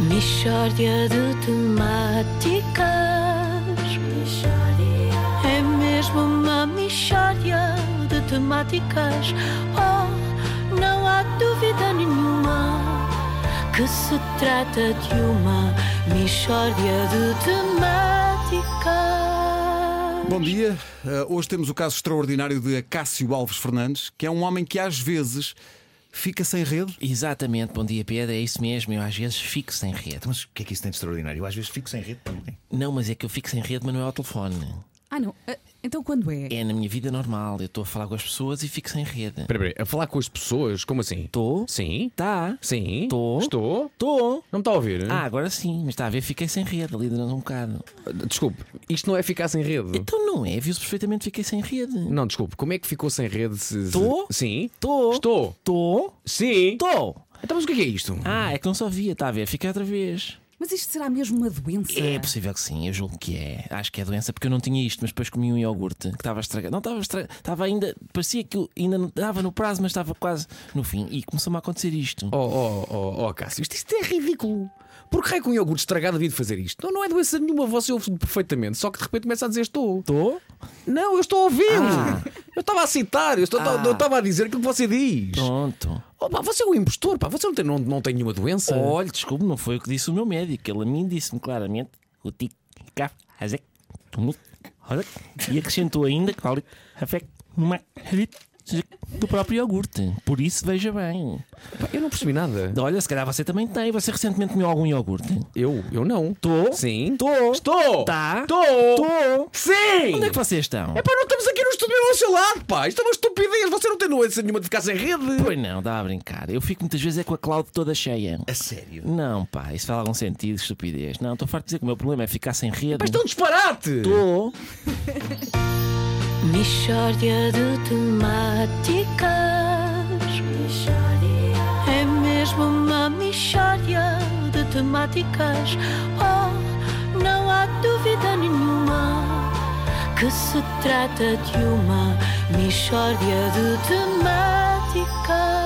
Mistória de temáticas. É mesmo uma mistória de temáticas. Oh, não há dúvida nenhuma que se trata de uma mistória de temáticas. Bom dia. Eh, hoje temos o caso extraordinário de Acácio Alves Fernandes, que é um homem que às vezes fica sem rede. Exatamente, bom dia Pedro, é isso mesmo. Eu às vezes fico sem rede. Então, mas o que é que isso tem de extraordinário? Eu às vezes fico sem rede também. Não, mas é que eu fico sem rede, mas não é ao telefone. Ah, não. Ah, Então quando é? É na minha vida normal. Eu estou a falar com as pessoas e fico sem rede. Peraí, peraí, a falar com as pessoas? Como assim? Estou. Sim. Tá. Sim. Tô. Estou. Estou. Não me está a ouvir? Ah, agora sim, mas está a ver, fiquei sem rede ali durante um bocado. Desculpe, isto não é ficar sem rede. Então não é, viu-se perfeitamente, fiquei sem rede. Não, desculpe, como é que ficou sem rede? se- se- Tô. Sim. Tô. Estou. Estou. Sim. Estou. Então, mas o que é que é isto? Ah, é que não só via, está a ver, fica outra vez. Mas isto será mesmo uma doença? É possível que sim, eu julgo que é. Acho que é doença, porque eu não tinha isto, mas depois comi um iogurte que estava estragado. Não estava estragado, estava ainda. Parecia que eu ainda não estava no prazo, mas estava quase no fim. E começou-me a acontecer isto. Oh, oh, oh, oh, Cássio, isto, isto é ridículo. Por que raio com um iogurte estragado havia de fazer isto? Não, não é doença nenhuma, você ouve perfeitamente, só que de repente começa a dizer estou. Estou? Não, eu estou a ouvi Ah. Eu estava a citar, eu estou- Ah. eu estava a dizer aquilo que você diz. Pronto. Oh, pá, você é um impostor, pá, você não tem, não, não tem nenhuma doença. Olha, desculpe, não foi o que disse o meu médico. Ele a mim disse-me claramente o tic caf azec tumut, azec. e acrescentou ainda cólico afec numa do próprio iogurte. Por isso, veja bem. Pá, eu não percebi nada. Olha, se calhar você também tem. Você recentemente comeu algum iogurte? Eu, eu não. Tô. Sim. Tô. Estou. Tá. Estou. Tô. Sim. Onde é que vocês estão? Epá, não estamos aqui no estúdio ao seu lado, pá. Isto é uma estupidez. Você não tem doença nenhuma de ficar sem rede. Pois não, dá a brincar. Eu fico muitas vezes é com a cloud toda cheia. A sério? Não, pá, isso faz algum sentido, estupidez. Não, estou farto de dizer que o meu problema é ficar sem rede. Mas isto é um disparate. Tô. Mistória de temáticas. É mesmo uma mistória de temáticas. Oh, não há dúvida nenhuma que se trata de uma mistória de temáticas.